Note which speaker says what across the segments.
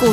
Speaker 1: 股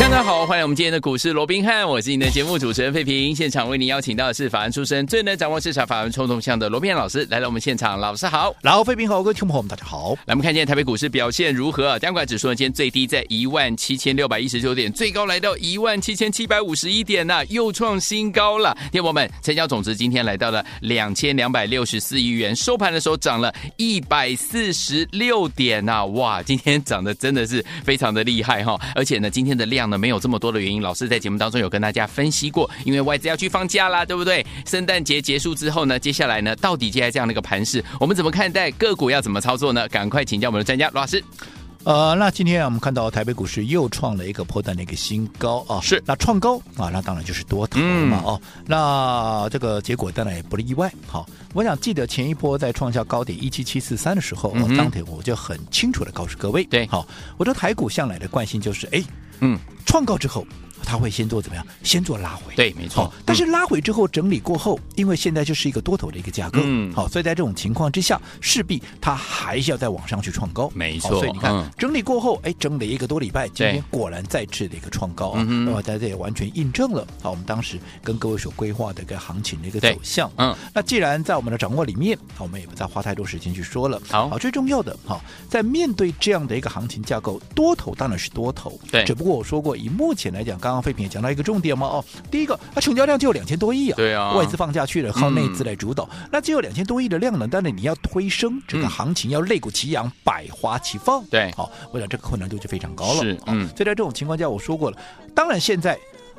Speaker 2: 大家好，欢迎我们今天的股市罗宾汉，我是您的节目主持人费平。现场为您邀请到的是法案出身、最能掌握市场法案冲动向的罗宾汉老师来到我们现场，老师好。
Speaker 3: 然后，费平好，各位听众朋友们，大家好。
Speaker 2: 来，我们看今天台北股市表现如何？啊加管指数呢，今天最低在一万七千六百一十九点，最高来到一万七千七百五十一点呐、又创新高了。天友们，成交总值今天来到了两千两百六十四亿元，收盘的时候涨了一百四十六点呐、哇，今天涨得真的是非常的厉害哈、而且呢，今天的量呢没有这么多的原因，老师在节目当中有跟大家分析过，因为外资要去放假啦，对不对？圣诞节结束之后呢，接下来呢，到底接下来这样的一个盘势，我们怎么看待个股要怎么操作呢？赶快请教我们的专家罗老师。
Speaker 3: 呃，那今天啊我们看到台北股市又创了一个波段的一个新高啊，
Speaker 2: 是嗯
Speaker 3: 那创高啊，那当然就是多头嘛、哦，那这个结果当然也不意外。好，我想记得前一波在创下高点一七七四三的时候，
Speaker 2: 嗯
Speaker 3: 我
Speaker 2: 哼
Speaker 3: 当天我就很清楚的告诉各位，
Speaker 2: 对
Speaker 3: 好，我的台股向来的惯性就是，哎，
Speaker 2: 嗯，
Speaker 3: 创高之后。它会先做怎么样？先做拉回，
Speaker 2: 对没错
Speaker 3: 好哦但是拉回之后整理过后，因为现在就是一个多头的一个架构，
Speaker 2: 嗯
Speaker 3: 好，所以在这种情况之下，势必它还是要再往上去创高，
Speaker 2: 没
Speaker 3: 好
Speaker 2: 错
Speaker 3: 所以你看，
Speaker 2: 嗯
Speaker 3: 整理过后，哎，整理一个多礼拜，今
Speaker 2: 对
Speaker 3: 天果然再次的一个创高啊，
Speaker 2: 嗯哼
Speaker 3: 那么大家也完全印证了好，我们当时跟各位所规划的一个行情的一个
Speaker 2: 对
Speaker 3: 走向。
Speaker 2: 嗯，
Speaker 3: 那既然在我们的掌握里面，好，我们也不再花太多时间去说了。
Speaker 2: 好
Speaker 3: 最重要的好，在面对这样的一个行情架构，多头当然是多头，
Speaker 2: 对
Speaker 3: 只不过我说过，以目前来讲，刚刚废品也讲到一个重点嘛，哦，第一个，它成交量只有两千多亿啊，
Speaker 2: 对啊
Speaker 3: 外资放下去了，靠内资来主导，那只有两千多亿的量呢，当然你要推升整个
Speaker 2: 嗯
Speaker 3: 行情，要肋骨齐扬，百花齐放，
Speaker 2: 对
Speaker 3: 好，我想这个困难度就非常高了，
Speaker 2: 是
Speaker 3: 好
Speaker 2: 嗯
Speaker 3: 所以在这种情况下，我说过了，当然现在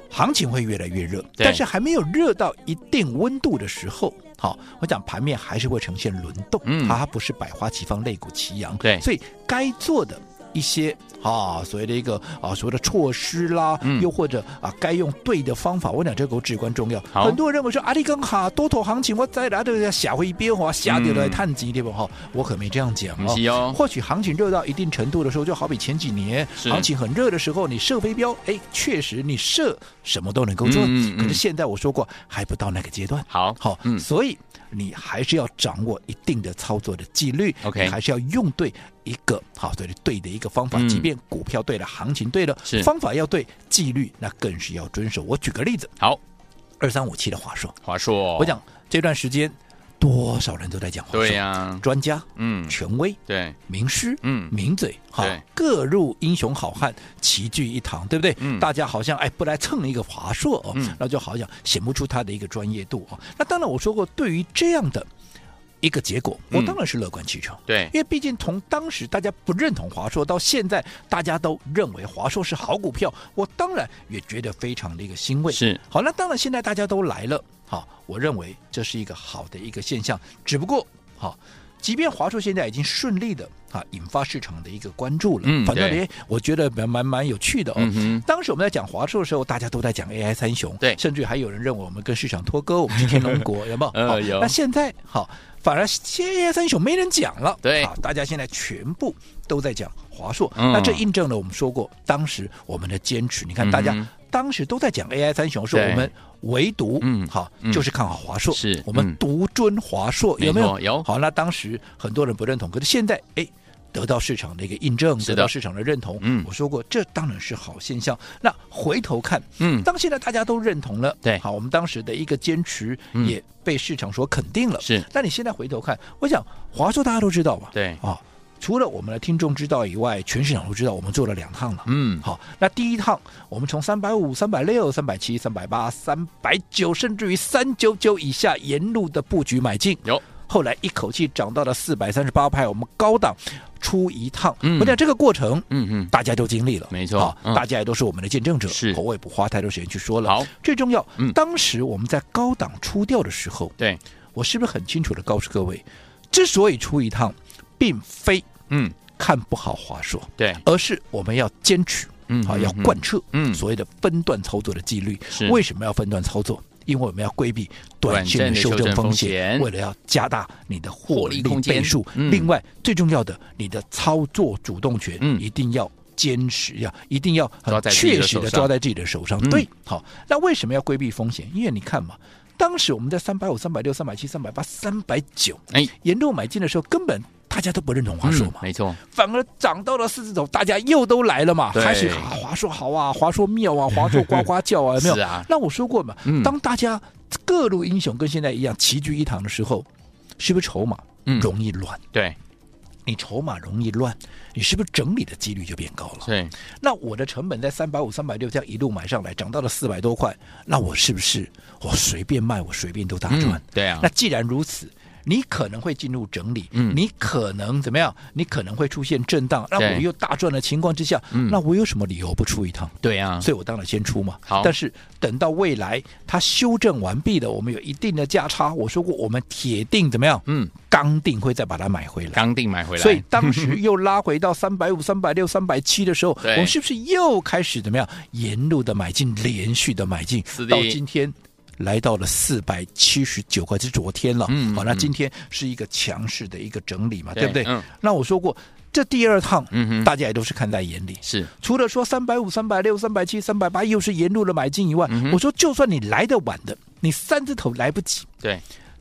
Speaker 3: 行情会越来越热，
Speaker 2: 对
Speaker 3: 但是还没有热到一定温度的时候。好，我讲盘面还是会呈现轮动，
Speaker 2: 嗯
Speaker 3: 它不是百花齐放、肋骨齐扬，
Speaker 2: 对
Speaker 3: 所以该做的一些啊，所谓的一个啊，所谓的措施啦，
Speaker 2: 嗯
Speaker 3: 又或者啊，该用对的方法，我讲这个至关重要。
Speaker 2: 好
Speaker 3: 很多人认为说阿里更好，多头行情我再拿这个下回一边哈，下跌来探底对吧？哈，我可没这样讲啊
Speaker 2: 不嗯是哦
Speaker 3: 或许行情热到一定程度的时候，就好比前几年
Speaker 2: 是
Speaker 3: 行情很热的时候，你射飞镖，哎，确实你射什么都能够做。
Speaker 2: 嗯嗯嗯
Speaker 3: 可是现在我说过，还不到那个阶段。
Speaker 2: 好
Speaker 3: 好，
Speaker 2: 嗯
Speaker 3: 所以你还是要掌握一定的操作的纪律
Speaker 2: OK
Speaker 3: 你还是要用对一个好，对的对的一个方法。
Speaker 2: 嗯
Speaker 3: 即便股票对了，行情对了
Speaker 2: 是，
Speaker 3: 方法要对，纪律那更是要遵守。我举个例子，
Speaker 2: 好，
Speaker 3: 二三五七的华硕，
Speaker 2: 华硕，
Speaker 3: 我讲这段时间多少人都在讲华硕，
Speaker 2: 对呀、
Speaker 3: 专家、
Speaker 2: 嗯，
Speaker 3: 权威、
Speaker 2: 对，
Speaker 3: 名师，
Speaker 2: 嗯
Speaker 3: 名嘴，好
Speaker 2: 对，
Speaker 3: 各路英雄好汉齐聚一堂，对不对？
Speaker 2: 嗯
Speaker 3: 大家好像哎不来蹭一个华硕哦，
Speaker 2: 嗯
Speaker 3: 那就好像显不出他的一个专业度哦。那当然我说过，对于这样的一个结果，我
Speaker 2: 嗯
Speaker 3: 当然是乐观其成。
Speaker 2: 对，
Speaker 3: 因为毕竟从当时大家不认同华硕，到现在大家都认为华硕是好股票，我当然也觉得非常的一个欣慰。
Speaker 2: 是
Speaker 3: 好，那当然现在大家都来了，好，我认为这是一个好的一个现象。只不过，好，即便华硕现在已经顺利的啊引发市场的一个关注了，
Speaker 2: 嗯
Speaker 3: 反正
Speaker 2: 对
Speaker 3: 哎，我觉得蛮蛮蛮有趣的哦。
Speaker 2: 嗯哼
Speaker 3: 当时我们在讲华硕的时候，大家都在讲 AI 三雄，
Speaker 2: 对
Speaker 3: 甚至还有人认为我们跟市场脱钩，我们是天 龙国，有没有？
Speaker 2: 呃
Speaker 3: 好
Speaker 2: 有
Speaker 3: 那现在好，反而现在 AI 三雄没人讲了，
Speaker 2: 对
Speaker 3: 啊，大家现在全部都在讲华硕，
Speaker 2: 嗯
Speaker 3: 那这印证了我们说过，当时我们的坚持。
Speaker 2: 嗯
Speaker 3: 你看
Speaker 2: 哼
Speaker 3: 大家。当时都在讲 AI 三雄，说
Speaker 2: 对
Speaker 3: 我们唯独
Speaker 2: 嗯
Speaker 3: 好
Speaker 2: 嗯
Speaker 3: 就是看好华硕，
Speaker 2: 是
Speaker 3: 我们
Speaker 2: 嗯
Speaker 3: 独尊华硕，
Speaker 2: 没
Speaker 3: 有没
Speaker 2: 错
Speaker 3: 有？
Speaker 2: 有
Speaker 3: 好，那当时很多人不认同，可是现在哎。得到市场的一个印证，
Speaker 2: 是的
Speaker 3: 得到市场的认同。
Speaker 2: 嗯
Speaker 3: 我说过，这当然是好现象。那回头看，
Speaker 2: 嗯
Speaker 3: 当现在大家都认同了，
Speaker 2: 对
Speaker 3: 好，我们当时的一个坚持
Speaker 2: 嗯
Speaker 3: 也被市场所肯定了。
Speaker 2: 是
Speaker 3: 但你现在回头看，我想华硕大家都知道吧？
Speaker 2: 对
Speaker 3: 啊，除了我们的听众知道以外，全市场都知道，我们做了两趟了。
Speaker 2: 嗯，
Speaker 3: 好，那第一趟我们从三百五、三百六、三百七、三百八、三百九，甚至于三九九以下沿路的布局买进，
Speaker 2: 有
Speaker 3: 后来一口气涨到了四百三十八派，我们高档出一趟。
Speaker 2: 嗯
Speaker 3: 我讲这个过程，
Speaker 2: 嗯嗯，
Speaker 3: 大家都经历了，
Speaker 2: 没错
Speaker 3: 好
Speaker 2: 嗯
Speaker 3: 大家也都是我们的见证者，
Speaker 2: 是
Speaker 3: 我也不花太多时间去说了。
Speaker 2: 好，
Speaker 3: 最重要，
Speaker 2: 嗯
Speaker 3: 当时我们在高档出掉的时候，
Speaker 2: 对，
Speaker 3: 我是不是很清楚的告诉各位，之所以出一趟，并非
Speaker 2: 嗯
Speaker 3: 看不好华硕，
Speaker 2: 对，
Speaker 3: 而是我们要坚持，
Speaker 2: 嗯
Speaker 3: 好、
Speaker 2: 嗯
Speaker 3: 要
Speaker 2: 嗯
Speaker 3: 贯彻，
Speaker 2: 嗯
Speaker 3: 所谓的分段操作的纪律
Speaker 2: 是。
Speaker 3: 为什么要分段操作？因为我们要规避短线的修正
Speaker 2: 短暂的修正
Speaker 3: 风险，
Speaker 2: 风险
Speaker 3: 为了要加大你的获利
Speaker 2: 获利空间
Speaker 3: 倍数。
Speaker 2: 嗯
Speaker 3: 另外，最重要的，你的操作主动权
Speaker 2: 嗯
Speaker 3: 一定要。坚持呀，一定要很
Speaker 2: 抓在自己的
Speaker 3: 确实
Speaker 2: 手
Speaker 3: 的
Speaker 2: 上
Speaker 3: 抓在自己的手上。
Speaker 2: 嗯
Speaker 3: 对，好，那为什么要规避风险？因为你看嘛，当时我们在三百五、三百六、三百七、三百八、三百九，
Speaker 2: 哎，
Speaker 3: 沿路买进的时候，根本大家都不认同华硕嘛，
Speaker 2: 嗯没错，
Speaker 3: 反而涨到了四字头，大家又都来了嘛，
Speaker 2: 对
Speaker 3: 开始啊，华硕好啊，华硕妙啊，华硕呱呱叫啊，有没有？
Speaker 2: 是啊
Speaker 3: 那我说过嘛，
Speaker 2: 嗯
Speaker 3: 当大家各路英雄跟现在一样齐聚一堂的时候，是不是筹码
Speaker 2: 嗯
Speaker 3: 容易乱？
Speaker 2: 对
Speaker 3: 你筹码容易乱，你是不是整理的几率就变高了？
Speaker 2: 对，
Speaker 3: 那我的成本在三百五、三百六这样一路买上来，涨到了四百多块，那我是不是我随便卖，我随便都大赚？
Speaker 2: 嗯对啊
Speaker 3: 那既然如此。你可能会进入整理，
Speaker 2: 嗯
Speaker 3: 你可能怎么样？你可能会出现震荡，那
Speaker 2: 对
Speaker 3: 我又大赚的情况之下，
Speaker 2: 嗯
Speaker 3: 那我有什么理由不出一趟？
Speaker 2: 对啊，
Speaker 3: 所以我当然先出嘛。
Speaker 2: 好
Speaker 3: 但是等到未来它修正完毕了，我们有一定的价差，我说过我们铁定怎么样？
Speaker 2: 嗯，
Speaker 3: 刚定会再把它买回来。
Speaker 2: 啊刚定买回来，
Speaker 3: 所以当时又拉 回到三百五、三百六、三百七的时候，
Speaker 2: 对
Speaker 3: 我们是不是又开始怎么样沿路的买进，连续的买进
Speaker 2: 是，的
Speaker 3: 到今天。来到了四百七十九块，这是昨天了。
Speaker 2: 嗯
Speaker 3: 好，那
Speaker 2: 嗯
Speaker 3: 今天是一个强势的一个整理嘛，
Speaker 2: 对
Speaker 3: 对不对？
Speaker 2: 嗯
Speaker 3: 那我说过，这第二趟，
Speaker 2: 嗯哼
Speaker 3: 大家也都是看在眼里。
Speaker 2: 是
Speaker 3: 除了说三百五、三百六、三百七、三百八又是沿路的买进以外，
Speaker 2: 嗯哼
Speaker 3: 我说就算你来的晚的，你三字头来不及，
Speaker 2: 对，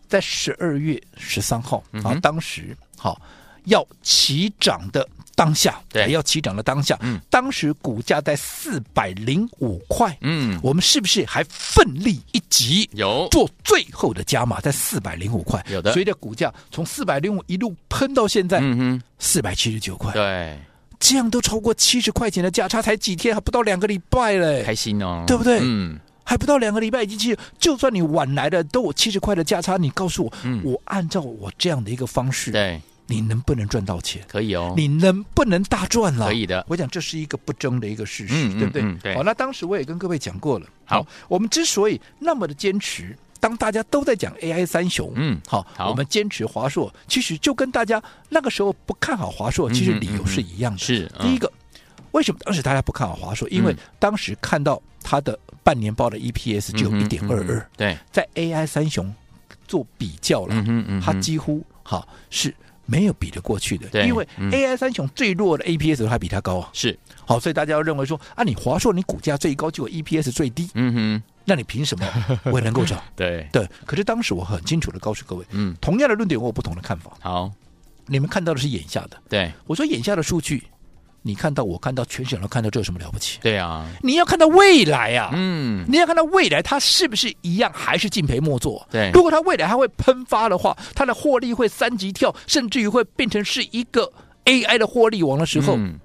Speaker 3: 在十二月十三号
Speaker 2: 嗯哼
Speaker 3: 啊，当时好、要起涨的当下，
Speaker 2: 对
Speaker 3: 哎要起涨的当下，
Speaker 2: 嗯
Speaker 3: 当时股价在四百零五块，
Speaker 2: 嗯，
Speaker 3: 我们是不是还奋力一击？
Speaker 2: 有
Speaker 3: 做最后的加码，在四百零五块，
Speaker 2: 有的
Speaker 3: 随着股价从四百零五一路喷到现在哎
Speaker 2: 嗯
Speaker 3: 四百七十九块
Speaker 2: 哼，，对，
Speaker 3: 这样都超过七十块钱的价差，才几天，还不到两个礼拜嘞，
Speaker 2: 开心哦，
Speaker 3: 对不对
Speaker 2: 嗯，
Speaker 3: 还不到两个礼拜已经七十，就算你晚来的都有七十块的价差，你告诉我，
Speaker 2: 嗯
Speaker 3: 我按照我这样的一个方式，
Speaker 2: 对，
Speaker 3: 你能不能赚到钱？
Speaker 2: 可以哦，
Speaker 3: 你能不能大赚了？
Speaker 2: 可以的
Speaker 3: 我讲这是一个不争的一个事实，
Speaker 2: 嗯嗯
Speaker 3: 对不对？
Speaker 2: 嗯对
Speaker 3: 好，那当时我也跟各位讲过了。哦
Speaker 2: 好
Speaker 3: 我们之所以那么的坚持，当大家都在讲 AI 三雄，
Speaker 2: 嗯
Speaker 3: 好，
Speaker 2: 好
Speaker 3: 我们坚持华硕，其实就跟大家那个时候不看好华硕，其实
Speaker 2: 嗯嗯
Speaker 3: 理由是一样的。
Speaker 2: 是
Speaker 3: 第一
Speaker 2: 个，
Speaker 3: 个，为什么当时大家不看好华硕？因为
Speaker 2: 嗯
Speaker 3: 当时看到它的半年报的 EPS 只有一点二
Speaker 2: 嗯
Speaker 3: 二，，
Speaker 2: 对，
Speaker 3: 在 AI 三雄做比较了，
Speaker 2: 嗯哼嗯哼，
Speaker 3: 它几乎哈是没有比得过去的，
Speaker 2: 对
Speaker 3: 因为
Speaker 2: 嗯
Speaker 3: AI 三雄最弱的 E EPS 它比它高啊。
Speaker 2: 是，
Speaker 3: 好，所以大家要认为说啊，你华硕你股价最高，结果 EPS 最低，
Speaker 2: 嗯
Speaker 3: 那你凭什么我也能够涨？
Speaker 2: 哼，对，
Speaker 3: 对，可是当时我很清楚的告诉各位，
Speaker 2: 嗯，
Speaker 3: 同样的论点我有不同的看法，
Speaker 2: 好，
Speaker 3: 你们看到的是眼下的，
Speaker 2: 对，
Speaker 3: 我说眼下的数据，你看到我看到全市场都看到，这有什么了不起？
Speaker 2: 对啊，
Speaker 3: 你要看到未来啊。
Speaker 2: 嗯，
Speaker 3: 你要看到未来，它是不是一样，还是敬陪末座？
Speaker 2: 对
Speaker 3: 如果它未来还会喷发的话，它的获利会三级跳，甚至于会变成是一个 AI 的获利王的时候，
Speaker 2: 嗯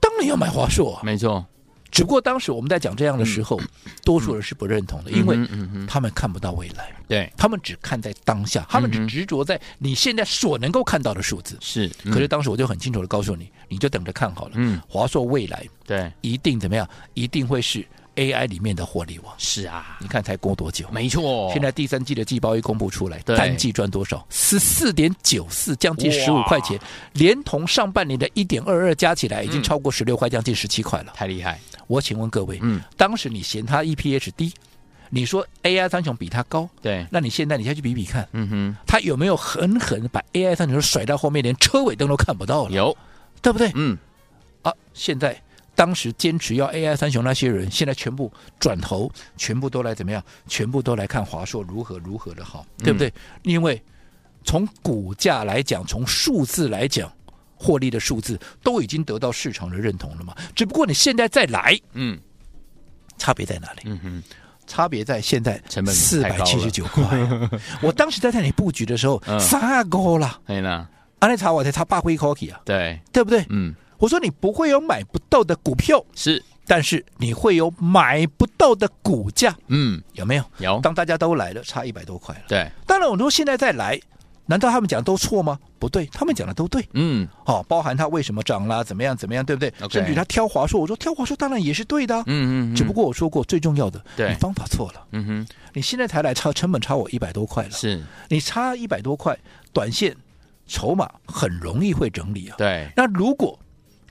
Speaker 3: 当然要买华硕、啊。
Speaker 2: 没错，
Speaker 3: 只不过当时我们在讲这样的时候，多数人是不认同的，因为
Speaker 2: 嗯哼嗯哼，
Speaker 3: 他们看不到未来，
Speaker 2: 对，
Speaker 3: 他们只看在当下，他们
Speaker 2: 嗯
Speaker 3: 只
Speaker 2: 哼
Speaker 3: 执着在你现在所能够看到的数字。
Speaker 2: 是，嗯
Speaker 3: 可是当时我就很清楚的告诉你，你就等着看好了。
Speaker 2: 嗯，
Speaker 3: 华硕未来
Speaker 2: 对，
Speaker 3: 一定怎么样？一定会是 AI 里面的获利王。
Speaker 2: 是啊，
Speaker 3: 你看才过多久？
Speaker 2: 没错，
Speaker 3: 现在第三季的季报一公布出来，
Speaker 2: 对
Speaker 3: 单季赚多少？十四点九四，将近十五
Speaker 2: 哇
Speaker 3: 块钱，连同上半年的一点二二加起来，已经
Speaker 2: 嗯
Speaker 3: 超过十六块，将近十七块了。
Speaker 2: 太厉害，
Speaker 3: 我请问各位，
Speaker 2: 嗯，
Speaker 3: 当时你嫌它 EPS 低，你说 AI 三雄比它高，
Speaker 2: 对，
Speaker 3: 那你现在你再去比比看，
Speaker 2: 嗯哼，
Speaker 3: 它有没有狠狠地把 AI 三雄甩到后面，连车尾灯都看不到了，
Speaker 2: 有，
Speaker 3: 对不对？
Speaker 2: 嗯，
Speaker 3: 啊，现在当时坚持要 AI 三雄那些人，现在全部转头，全部都来怎么样？全部都来看华硕如何如何的好，
Speaker 2: 嗯
Speaker 3: 对不对？因为从股价来讲，从数字来讲。获利的数字都已经得到市场的认同了嘛？只不过你现在再来，
Speaker 2: 嗯
Speaker 3: 差别在哪里？
Speaker 2: 嗯哼，
Speaker 3: 差别在现在
Speaker 2: 成本
Speaker 3: 四
Speaker 2: 太
Speaker 3: 百
Speaker 2: 高
Speaker 3: 七十九块。 我当时在带你布局的时候
Speaker 2: 嗯，
Speaker 3: 三个啦，
Speaker 2: 可以了，
Speaker 3: 安利查我才差八块 c o k 啊，
Speaker 2: 对，
Speaker 3: 对不对？
Speaker 2: 嗯，
Speaker 3: 我说你不会有买不到的股票，
Speaker 2: 是，
Speaker 3: 但是你会有买不到的股价，
Speaker 2: 嗯，
Speaker 3: 有没有？
Speaker 2: 有，
Speaker 3: 当大家都来了，差一百多块了。
Speaker 2: 对，
Speaker 3: 当然，我说现在再来，难道他们讲都错吗？不对，他们讲的都对。
Speaker 2: 嗯
Speaker 3: 哦，包含它为什么涨啦，怎么样怎么样，对不对
Speaker 2: OK
Speaker 3: 甚至于他挑华硕，我说挑华硕当然也是对的啊、
Speaker 2: 嗯嗯，
Speaker 3: 只不过我说过最重要的，
Speaker 2: 对
Speaker 3: 你方法错了。
Speaker 2: 嗯哼，
Speaker 3: 你现在才来差成本差我一百多块了，
Speaker 2: 是
Speaker 3: 你差一百多块，短线筹码很容易会整理啊。
Speaker 2: 对，
Speaker 3: 那如果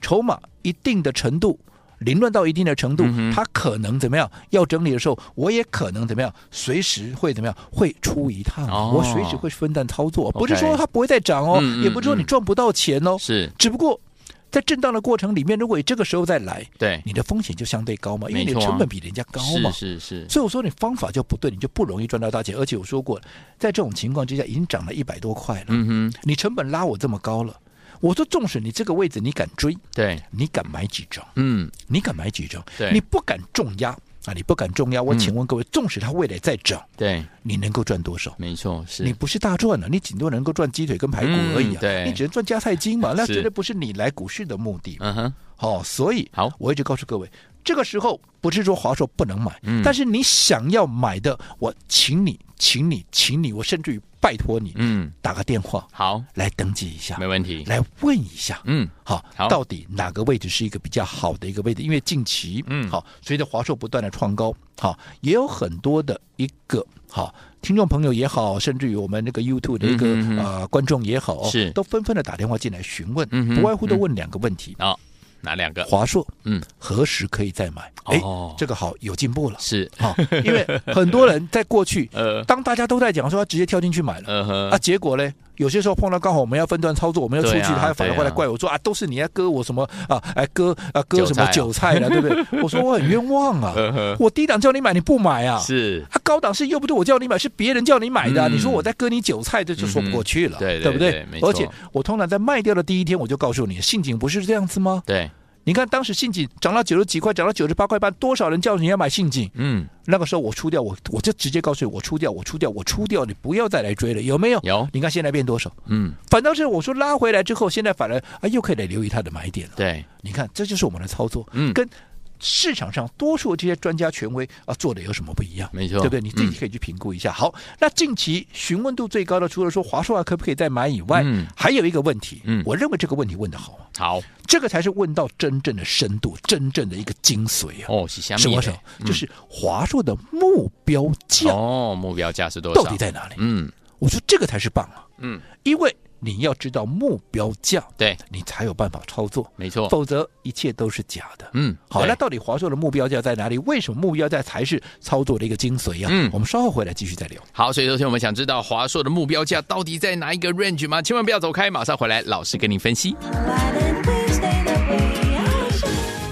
Speaker 3: 筹码一定的程度，凌乱到一定的程度
Speaker 2: 嗯哼，
Speaker 3: 它可能怎么样？要整理的时候，我也可能怎么样？随时会怎么样？会出一趟，
Speaker 2: 哦
Speaker 3: 我随时会分段操作，
Speaker 2: OK
Speaker 3: 不是说它不会再涨哦
Speaker 2: 嗯嗯，
Speaker 3: 也不是说你
Speaker 2: 嗯
Speaker 3: 赚不到钱哦，
Speaker 2: 是
Speaker 3: 只不过在震荡的过程里面，如果你这个时候再来，
Speaker 2: 对，
Speaker 3: 你的风险就相对高嘛，因为
Speaker 2: 没
Speaker 3: 你
Speaker 2: 错
Speaker 3: 的
Speaker 2: 啊
Speaker 3: 成本比人家高嘛。
Speaker 2: 是是是，
Speaker 3: 所以我说你方法就不对，你就不容易赚到大钱。而且我说过，在这种情况之下，已经涨了一百多块了，
Speaker 2: 嗯哼，
Speaker 3: 你成本拉我这么高了，我说纵使你这个位置你敢追，
Speaker 2: 对，
Speaker 3: 你敢买几张？
Speaker 2: 嗯，
Speaker 3: 你敢买几张
Speaker 2: 对？
Speaker 3: 你不敢重压啊！你不敢重压，我
Speaker 2: 嗯
Speaker 3: 请问各位，纵使它未来再涨，
Speaker 2: 对，
Speaker 3: 你能够赚多少？
Speaker 2: 没错，是
Speaker 3: 你不是大赚了、你顶多能够赚鸡腿跟排骨而
Speaker 2: 嗯
Speaker 3: 已啊！
Speaker 2: 对
Speaker 3: 你只能赚加菜金嘛，那
Speaker 2: 是
Speaker 3: 绝对不是你来股市的目的嘛。
Speaker 2: 嗯哼，
Speaker 3: 哦，所以
Speaker 2: 好
Speaker 3: 我一直告诉各位，这个时候不是说华硕不能买，
Speaker 2: 嗯
Speaker 3: 但是你想要买的，我请你，请你，请你，我甚至于拜托你，
Speaker 2: 嗯，
Speaker 3: 打个电话
Speaker 2: 好，
Speaker 3: 来登记一下
Speaker 2: 没，问题，
Speaker 3: 来问一下，
Speaker 2: 嗯，
Speaker 3: 好，
Speaker 2: 好
Speaker 3: 到底哪个位置是一个比较好的一个位置？因为近期，
Speaker 2: 嗯
Speaker 3: 好，随着华硕不断的创高，好，也有很多的一个好听众朋友也好，甚至于我们那个 YouTube 的一个、
Speaker 2: 嗯哼嗯哼
Speaker 3: 呃观众也好，哦
Speaker 2: 是
Speaker 3: 都纷纷的打电话进来询问，
Speaker 2: 嗯哼
Speaker 3: 不外乎都问两个问题：
Speaker 2: 好，哪两个？
Speaker 3: 华硕，
Speaker 2: 嗯，
Speaker 3: 何时可以再买？哎、
Speaker 2: 哦
Speaker 3: 这个好有进 步了，
Speaker 2: 是，
Speaker 3: 好，因为很多人在过去，
Speaker 2: 呃
Speaker 3: 当大家都在讲说他直接跳进去买了，
Speaker 2: 呃
Speaker 3: 啊，
Speaker 2: 呵，
Speaker 3: 结果呢？有些时候碰到刚好我们要分段操作，我们要出
Speaker 2: 对
Speaker 3: 去，
Speaker 2: 啊
Speaker 3: 他反而会来怪我说啊，都是你要割我什么啊，哎割啊割什么
Speaker 2: 韭
Speaker 3: 韭菜了，对不 对？我说我很冤枉啊，
Speaker 2: 呃呵，
Speaker 3: 我低档叫你买你不买啊，
Speaker 2: 是，
Speaker 3: 啊高档是又不对我叫你买，是别人叫你买的啊，
Speaker 2: 嗯
Speaker 3: 你说我在割你韭菜，这就说不过去了，
Speaker 2: 嗯对对
Speaker 3: 不
Speaker 2: 对没错
Speaker 3: 而且我通常在卖掉的第一天我就告诉你，信锦不是这样子吗？
Speaker 2: 对，
Speaker 3: 你看当时信锦涨到九十几块，涨到九十八块半，多少人叫你要买信锦？
Speaker 2: 嗯，
Speaker 3: 那个时候我出掉，我我就直接告诉你，我出掉，我出掉，我出掉，你不要再来追了，有没有？
Speaker 2: 有，
Speaker 3: 你看现在变多少？
Speaker 2: 嗯，
Speaker 3: 反倒是我说拉回来之后，现在反而啊又可以来留意它的买点了。
Speaker 2: 对，
Speaker 3: 你看，这就是我们的操作，
Speaker 2: 嗯
Speaker 3: 跟市场上多数这些专家权威啊做的有什么不一样？
Speaker 2: 没错，
Speaker 3: 对不对？你自己
Speaker 2: 嗯
Speaker 3: 可以去评估一下。好，那近期询问度最高的，除了说华硕啊可不可以再买以外，
Speaker 2: 嗯
Speaker 3: 还有一个问题，
Speaker 2: 嗯
Speaker 3: 我认为这个问题问的好啊，
Speaker 2: 好
Speaker 3: 这个才是问到真正的深度，真正的一个精髓啊。
Speaker 2: 哦，是下面
Speaker 3: 是多少？就是华硕的目标价
Speaker 2: 哦，目标价是多少？
Speaker 3: 到底在哪里？
Speaker 2: 嗯
Speaker 3: 我说这个才是棒啊，
Speaker 2: 嗯，
Speaker 3: 因为你要知道目标价，
Speaker 2: 对，
Speaker 3: 你才有办法操作，
Speaker 2: 没错，
Speaker 3: 否则一切都是假的。
Speaker 2: 嗯，
Speaker 3: 好，
Speaker 2: 对
Speaker 3: 那到底华硕的目标价在哪里？为什么目标价才是操作的一个精髓呀、
Speaker 2: 嗯
Speaker 3: 我们稍后回来继续再聊。
Speaker 2: 好，所以昨天我们想知道华硕的目标价到底在哪一个 range 吗？千万不要走开，马上回来，老师跟您分析。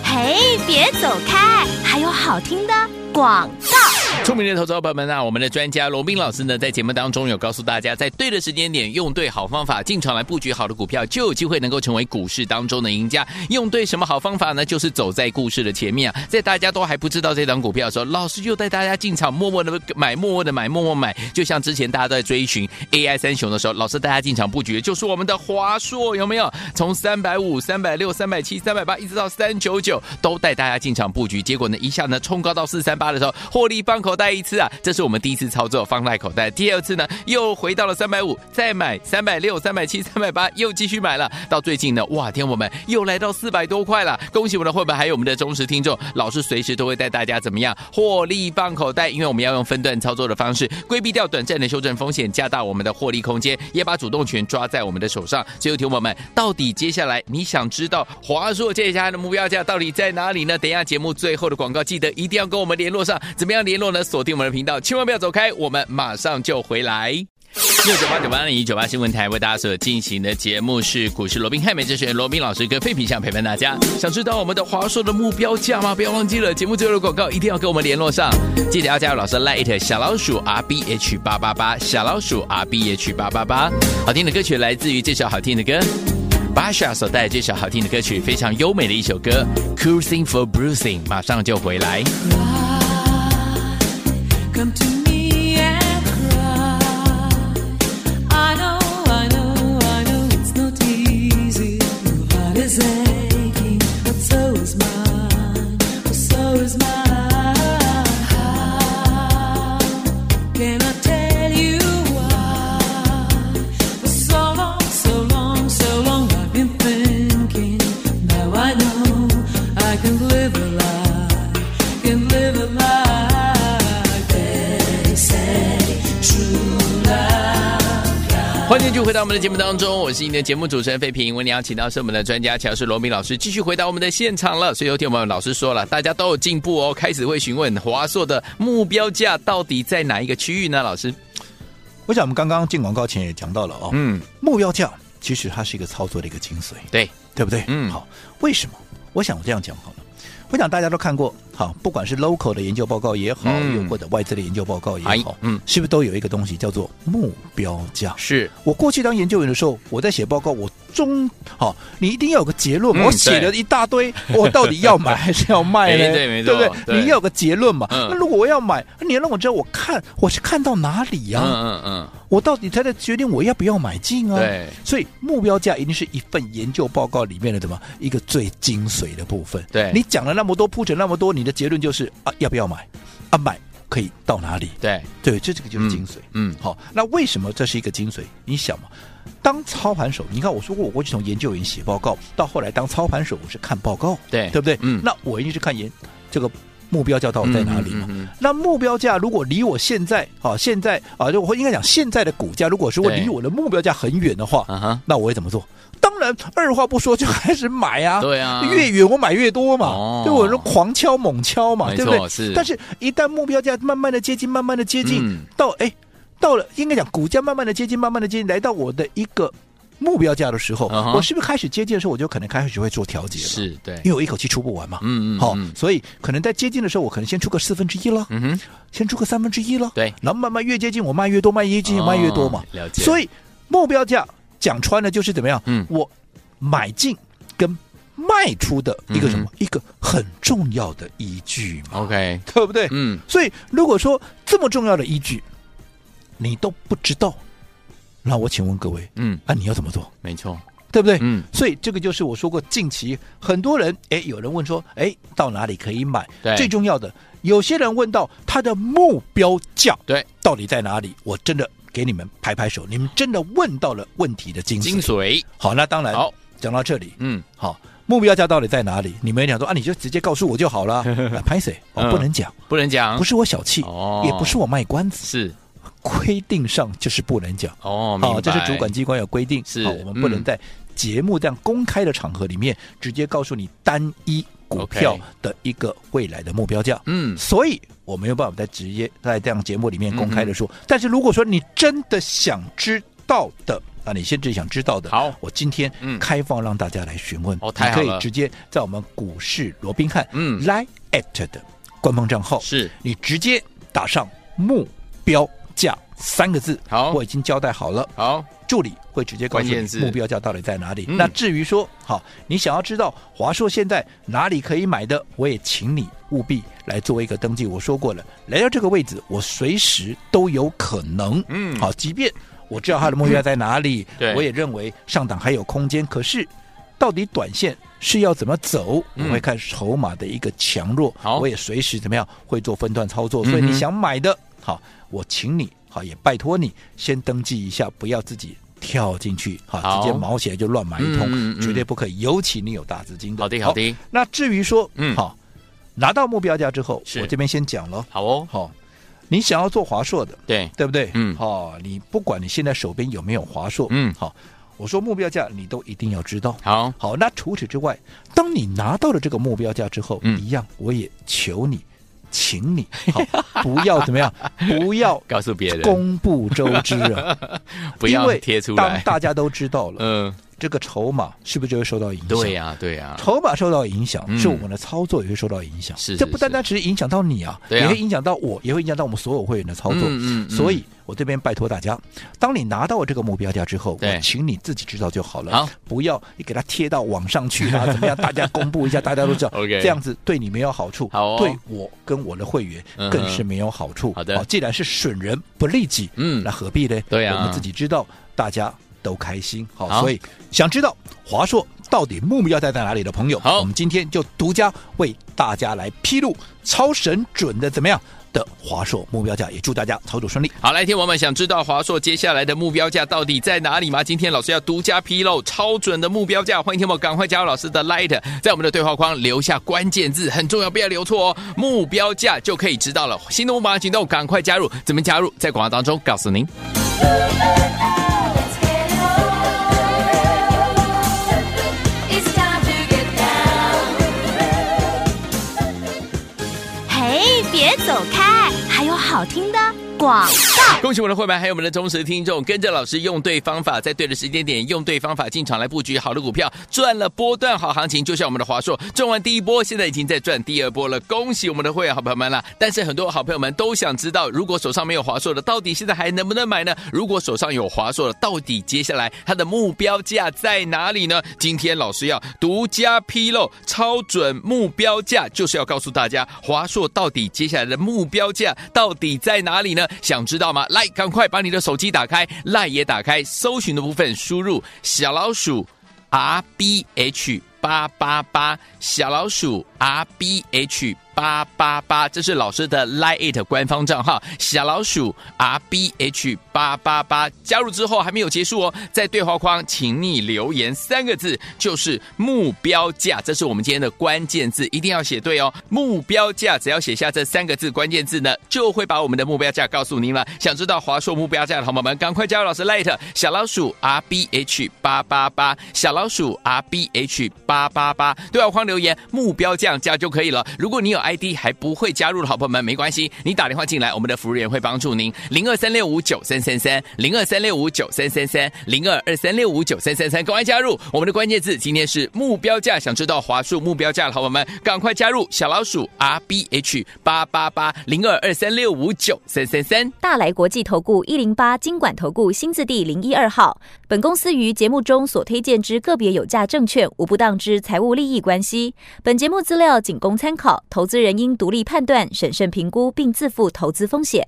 Speaker 1: 嘿，别走开，还有好听的广告。
Speaker 2: 聪明的投资者朋友们啊，我们的专家罗斌老师呢，在节目当中有告诉大家，在对的时间点，用对好方法进场来布局好的股票，就有机会能够成为股市当中的赢家。用对什么好方法呢？就是走在故事的前面啊，在大家都还不知道这档股票的时候，老师就带大家进场，默默的买，默默的买，默默买。就像之前大家都在追寻 AI 三雄的时候，老师带大家进场布局，就是我们的华硕，有没有？从三百五、三百六、三百七、三百八，一直到三九九，都带大家进场布局。结果呢，一下呢冲高到四三八的时候，获利放口袋一次啊，这是我们第一次操作放在口袋。第二次呢，又回到了三百五，再买三百六、三百七、三百八，又继续买了。到最近呢，哇，天我们又来到四百多块了。恭喜我们的会员，还有我们的忠实听众，老师随时都会带大家怎么样获利放口袋，因为我们要用分段操作的方式，规避掉短暂的修正风险，加大我们的获利空间，也把主动权抓在我们的手上。所以，听我们，到底接下来你想知道华硕这一家的目标价到底在哪里呢？等一下节目最后的广告，记得一定要跟我们联络上。怎么样联络呢？锁定我们的频道，千万不要走开，我们马上就回来。六九八九八零一九八新闻台为大家所进行的节目是股市罗宾汉美之选，罗宾老师跟费品相陪伴大家。想知道我们的华硕的目标价吗？不要忘记了，节目最后的广告一定要跟我们联络上，记得要加入老师 Light 小老鼠 R B H 八八八小老鼠 R B H 八八八。好听的歌曲来自于这首好听的歌。巴莎所带来这首好听的歌曲，非常优美的一首歌《Cruising for Bruising》，马上就回来。
Speaker 4: Come to me and cry. I know, I know, I know it's not easy. Your heart is aching, but so is mine. But so is mine. How can I tell you why? For so long, so long, so long I've been thinking. Now I know I can live a lie, can live a lie. They say true love.
Speaker 2: 欢欢迎继续回到我们的节目当中，我是你的节目主持人费平。为你邀请到是我们的专家乔氏罗明老师，继续回到我们的现场了。所以有天我们老师说了，大家都有进步哦，开始会询问华硕的目标价到底在哪一个区域呢？老师，
Speaker 3: 我想我们刚刚进广告前也讲到了哦，
Speaker 2: 嗯，
Speaker 3: 目标价其实它是一个操作的一个精髓，
Speaker 2: 对，
Speaker 3: 对不对？
Speaker 2: 嗯
Speaker 3: 好，为什么？我想我这样讲好了。我想大家都看过，好，不管是 local 的研究报告也好，
Speaker 2: 嗯
Speaker 3: 又或者外资的研究报告也
Speaker 2: 哎
Speaker 3: 好，
Speaker 2: 嗯
Speaker 3: 是不是都有一个东西叫做目标价？
Speaker 2: 是，
Speaker 3: 我过去当研究员的时候，我在写报告，我中好、你一定要有个结论嘛。
Speaker 2: 嗯
Speaker 3: 我写了一大堆，我到底 要买还是要卖
Speaker 2: 哎
Speaker 3: 呢？
Speaker 2: 对没错
Speaker 3: 不对？
Speaker 2: 对
Speaker 3: 你要有个结论嘛。
Speaker 2: 嗯
Speaker 3: 那如果我要买，你要让我知道我看我是看到哪里呀、
Speaker 2: 嗯嗯嗯，
Speaker 3: 我到底才在决定我要不要买进啊？
Speaker 2: 对，
Speaker 3: 所以目标价一定是一份研究报告里面的怎么一个最精髓的部分。
Speaker 2: 对
Speaker 3: 你讲了那么多，铺陈那么多，你的结论就是啊，要不要买？啊，买可以到哪里？
Speaker 2: 对，
Speaker 3: 对，这这个就是精髓。
Speaker 2: 嗯，嗯，
Speaker 3: 好，那为什么这是一个精髓？你想嘛，当操盘手，你看我说过，我过去从研究员写报告，到后来当操盘手，我是看报告，
Speaker 2: 对
Speaker 3: 对不对？
Speaker 2: 嗯
Speaker 3: 那我一定是看研这个目标价到底在哪里嘛。
Speaker 2: 嗯嗯嗯嗯
Speaker 3: 那目标价如果离我现在啊，现在啊，就我应该讲现在的股价，如果说我
Speaker 2: 对
Speaker 3: 离我的目标价很远的话，
Speaker 2: 啊哈，
Speaker 3: 那我会怎么做？当然，二话不说就开始买啊，
Speaker 2: 对啊
Speaker 3: 越远我买越多嘛，
Speaker 2: 哦
Speaker 3: 对我说狂敲猛敲嘛，
Speaker 2: 没
Speaker 3: 对不对
Speaker 2: 错？是
Speaker 3: 但是，一旦目标价慢慢的接近，慢慢的接近，
Speaker 2: 嗯
Speaker 3: 到哎，到了应该讲股价慢慢的接近，慢慢的接近，来到我的一个目标价的时候
Speaker 2: 嗯哼
Speaker 3: 我是不是开始接近的时候，我就可能开始会做调节了？
Speaker 2: 是对，
Speaker 3: 因为我一口气出不完嘛。
Speaker 2: 嗯嗯，
Speaker 3: 好、
Speaker 2: 嗯
Speaker 3: 所以可能在接近的时候，我可能先出个四分之一了，
Speaker 2: 嗯哼，
Speaker 3: 先出个三分之一了，
Speaker 2: 对
Speaker 3: 然后慢慢越接近，我卖越多，卖越接近，
Speaker 2: 哦
Speaker 3: 卖越多嘛。
Speaker 2: 了解
Speaker 3: 所以目标价讲穿了就是怎么样？
Speaker 2: 嗯
Speaker 3: 我买进跟卖出的一个什么？
Speaker 2: 嗯
Speaker 3: 一个很重要的依据 嘛，
Speaker 2: ，OK，
Speaker 3: 对不对？
Speaker 2: 嗯，
Speaker 3: 所以如果说这么重要的依据你都不知道，那我请问各位，
Speaker 2: 嗯，
Speaker 3: 啊，你要怎么做？
Speaker 2: 没错，
Speaker 3: 对不对？
Speaker 2: 嗯，
Speaker 3: 所以这个就是我说过，近期很多人，哎，有人问说，哎，到哪里可以买？
Speaker 2: 对
Speaker 3: 最重要的，有些人问到他的目标价，
Speaker 2: 对，
Speaker 3: 到底在哪里？我真的给你们拍拍手，你们真的问到了问题的精
Speaker 2: 精
Speaker 3: 髓。
Speaker 2: 髓，
Speaker 3: 好，那当然，
Speaker 2: 好，
Speaker 3: 讲到这里，
Speaker 2: 嗯，
Speaker 3: 好，目标价到底在哪里？你们也讲说啊，你就直接告诉我 就好了。啊拍谁？我
Speaker 2: 嗯
Speaker 3: 不能讲，
Speaker 2: 不能讲，
Speaker 3: 不是我小气，
Speaker 2: 哦
Speaker 3: 也不是我卖关子，
Speaker 2: 是
Speaker 3: 规定上就是不能讲。
Speaker 2: 哦，明
Speaker 3: 好、
Speaker 2: 白
Speaker 3: 这是主管机关有规定，
Speaker 2: 是
Speaker 3: 好，我们不能
Speaker 2: 嗯
Speaker 3: 在节目这样公开的场合里面直接告诉你单一股
Speaker 2: OK
Speaker 3: 票的一个未来的目标价。
Speaker 2: 嗯，
Speaker 3: 所以我没有办法在直接在这样节目里面公开的
Speaker 2: 嗯
Speaker 3: 说。但是如果说你真的想知道的，啊，你甚至想知道的，
Speaker 2: 好
Speaker 3: 我今天
Speaker 2: 嗯
Speaker 3: 开放让大家来询问，
Speaker 2: 哦太好
Speaker 3: 你
Speaker 2: 了
Speaker 3: 可以直接在我们股市罗宾汉
Speaker 2: 嗯
Speaker 3: Line at 的官方账号，
Speaker 2: 是
Speaker 3: 你直接打上目标价三个字，
Speaker 2: 好
Speaker 3: 我已经交代好了。
Speaker 2: 好，
Speaker 3: 助理会直接告诉
Speaker 2: 关键
Speaker 3: 你
Speaker 2: 字
Speaker 3: 目标价到底在哪里。
Speaker 2: 嗯
Speaker 3: 那至于说，好，你想要知道华硕现在哪里可以买的，我也请你务必来做一个登记。我说过了，来到这个位置，我随时都有可能，
Speaker 2: 嗯
Speaker 3: 好，即便我知道它的目标价在哪里，
Speaker 2: 对
Speaker 3: 我也认为上档还有空间，可是。到底短线是要怎么走？我
Speaker 2: 嗯
Speaker 3: 会看筹码的一个强弱，
Speaker 2: 好
Speaker 3: 我也随时怎么样会做分段操作。所以
Speaker 2: 嗯
Speaker 3: 你
Speaker 2: 哼
Speaker 3: 想买的，好，我请你，好，也拜托你先登记一下，不要自己跳进去，好，
Speaker 2: 好
Speaker 3: 直接毛起来就乱买一通，
Speaker 2: 嗯嗯嗯
Speaker 3: 绝对不可以。尤其你有大资金的，
Speaker 2: 好的好的，
Speaker 3: 那至于说，
Speaker 2: 嗯
Speaker 3: 好，拿到目标价之后，
Speaker 2: 是
Speaker 3: 我这边先讲了，
Speaker 2: 好哦，
Speaker 3: 好，你想要做华硕的，
Speaker 2: 对，
Speaker 3: 对不对？
Speaker 2: 嗯
Speaker 3: 好，你不管你现在手边有没有华硕，
Speaker 2: 嗯
Speaker 3: 好，我说目标价你都一定要知道。
Speaker 2: 好，
Speaker 3: 好，那除此之外，当你拿到了这个目标价之后，
Speaker 2: 嗯
Speaker 3: 一样我也求你，请你，好，不要怎么样，不要
Speaker 2: 告诉别人，
Speaker 3: 公布周知啊，
Speaker 2: 不要
Speaker 3: 因为
Speaker 2: 贴出
Speaker 3: 当
Speaker 2: 来，
Speaker 3: 大家都知道了，
Speaker 2: 嗯，
Speaker 3: 这个筹码是不是就会受到影响？
Speaker 2: 对呀对呀，
Speaker 3: 筹码受到影响，
Speaker 2: 嗯
Speaker 3: 是我们的操作也会受到影响。
Speaker 2: 是是
Speaker 3: 这不单单只是影响到你啊，
Speaker 2: 对啊
Speaker 3: 也会影响到我，也会影响到我们所有会员的操作。
Speaker 2: 嗯嗯嗯
Speaker 3: 所以，我这边拜托大家，当你拿到这个目标价之后，
Speaker 2: 对
Speaker 3: 我请你自己知道就好了，
Speaker 2: 好
Speaker 3: 不要你给它贴到网上去 啊，怎么样？大家公布一下，大家都知道
Speaker 2: OK
Speaker 3: 这样子对你没有好处，
Speaker 2: 好哦
Speaker 3: 对我跟我的会员
Speaker 2: 嗯哼
Speaker 3: 更是没有好处。
Speaker 2: 好的
Speaker 3: 既然是损人不利己，
Speaker 2: 嗯
Speaker 3: 那何必呢？
Speaker 2: 对啊
Speaker 3: 我们自己知道，大家都开心。好，
Speaker 2: 好
Speaker 3: 所以想知道华硕到底目标价在哪里的朋友，
Speaker 2: 好
Speaker 3: 我们今天就独家为大家来披露超神准的怎么样的华硕目标价，也祝大家操作顺利。
Speaker 2: 好，来，听我们想知道华硕接下来的目标价到底在哪里吗？今天老师要独家披露超准的目标价，欢迎听我赶快加入老师的 Light，在我们的对话框留下关键字，很重要，不要留错哦，目标价就可以知道了。心动马上行动，赶快加入，怎么加入？在广告当中告诉您。
Speaker 5: Let's go.
Speaker 1: 别走开，还有好听的广。
Speaker 2: 恭喜我们的会员，还有我们的忠实听众，跟着老师用对方法，在对的时间点用对方法进场来布局好的股票，赚了波段好行情。就像我们的华硕赚完第一波，现在已经在赚第二波了。恭喜我们的会员好朋友们啦！但是很多好朋友们都想知道，如果手上没有华硕的，到底现在还能不能买呢？如果手上有华硕的，到底接下来它的目标价在哪里呢？今天老师要独家披露超准目标价，就是要告诉大家华硕到底接下来的目标价到底在哪里呢？想知道吗？来，赶快把你的手机打开，赖也打开，搜寻的部分输入小老鼠 R B H 八八八，小老鼠 R B H 八八八，这是老师的 Line It 官方账号，小老鼠 R B H 八八八。加入之后还没有结束哦，在对话框请你留言三个字，就是目标价，这是我们今天的关键字，一定要写对哦。目标价只要写下这三个字关键字呢，就会把我们的目标价告诉您了。想知道华硕目标价的好朋友们，赶快加入老师 Light 小老鼠 R B H 八八八，小老鼠 R B H 八八八，对话框留言目标价加就可以了。如果你有 ID 还不会加入的好朋友们，没关系，你打电话进来，我们的服务员会帮助您。零二三六五九三三三，零二三六五九三三三，零二二三六五九三三三，赶快加入我们的关键字，今天是目标价，想知道华数目标价的好朋友们，赶快加入小老鼠 R B H 八八八，零二二三六五九三三三。
Speaker 6: 大来国际投顾一零八金管投顾新字第零一二号。本公司于节目中所推荐之个别有价证券，无不当之财务利益关系。本节目资料仅供参考，投资人应独立判断、审慎评估，并自负投资风险。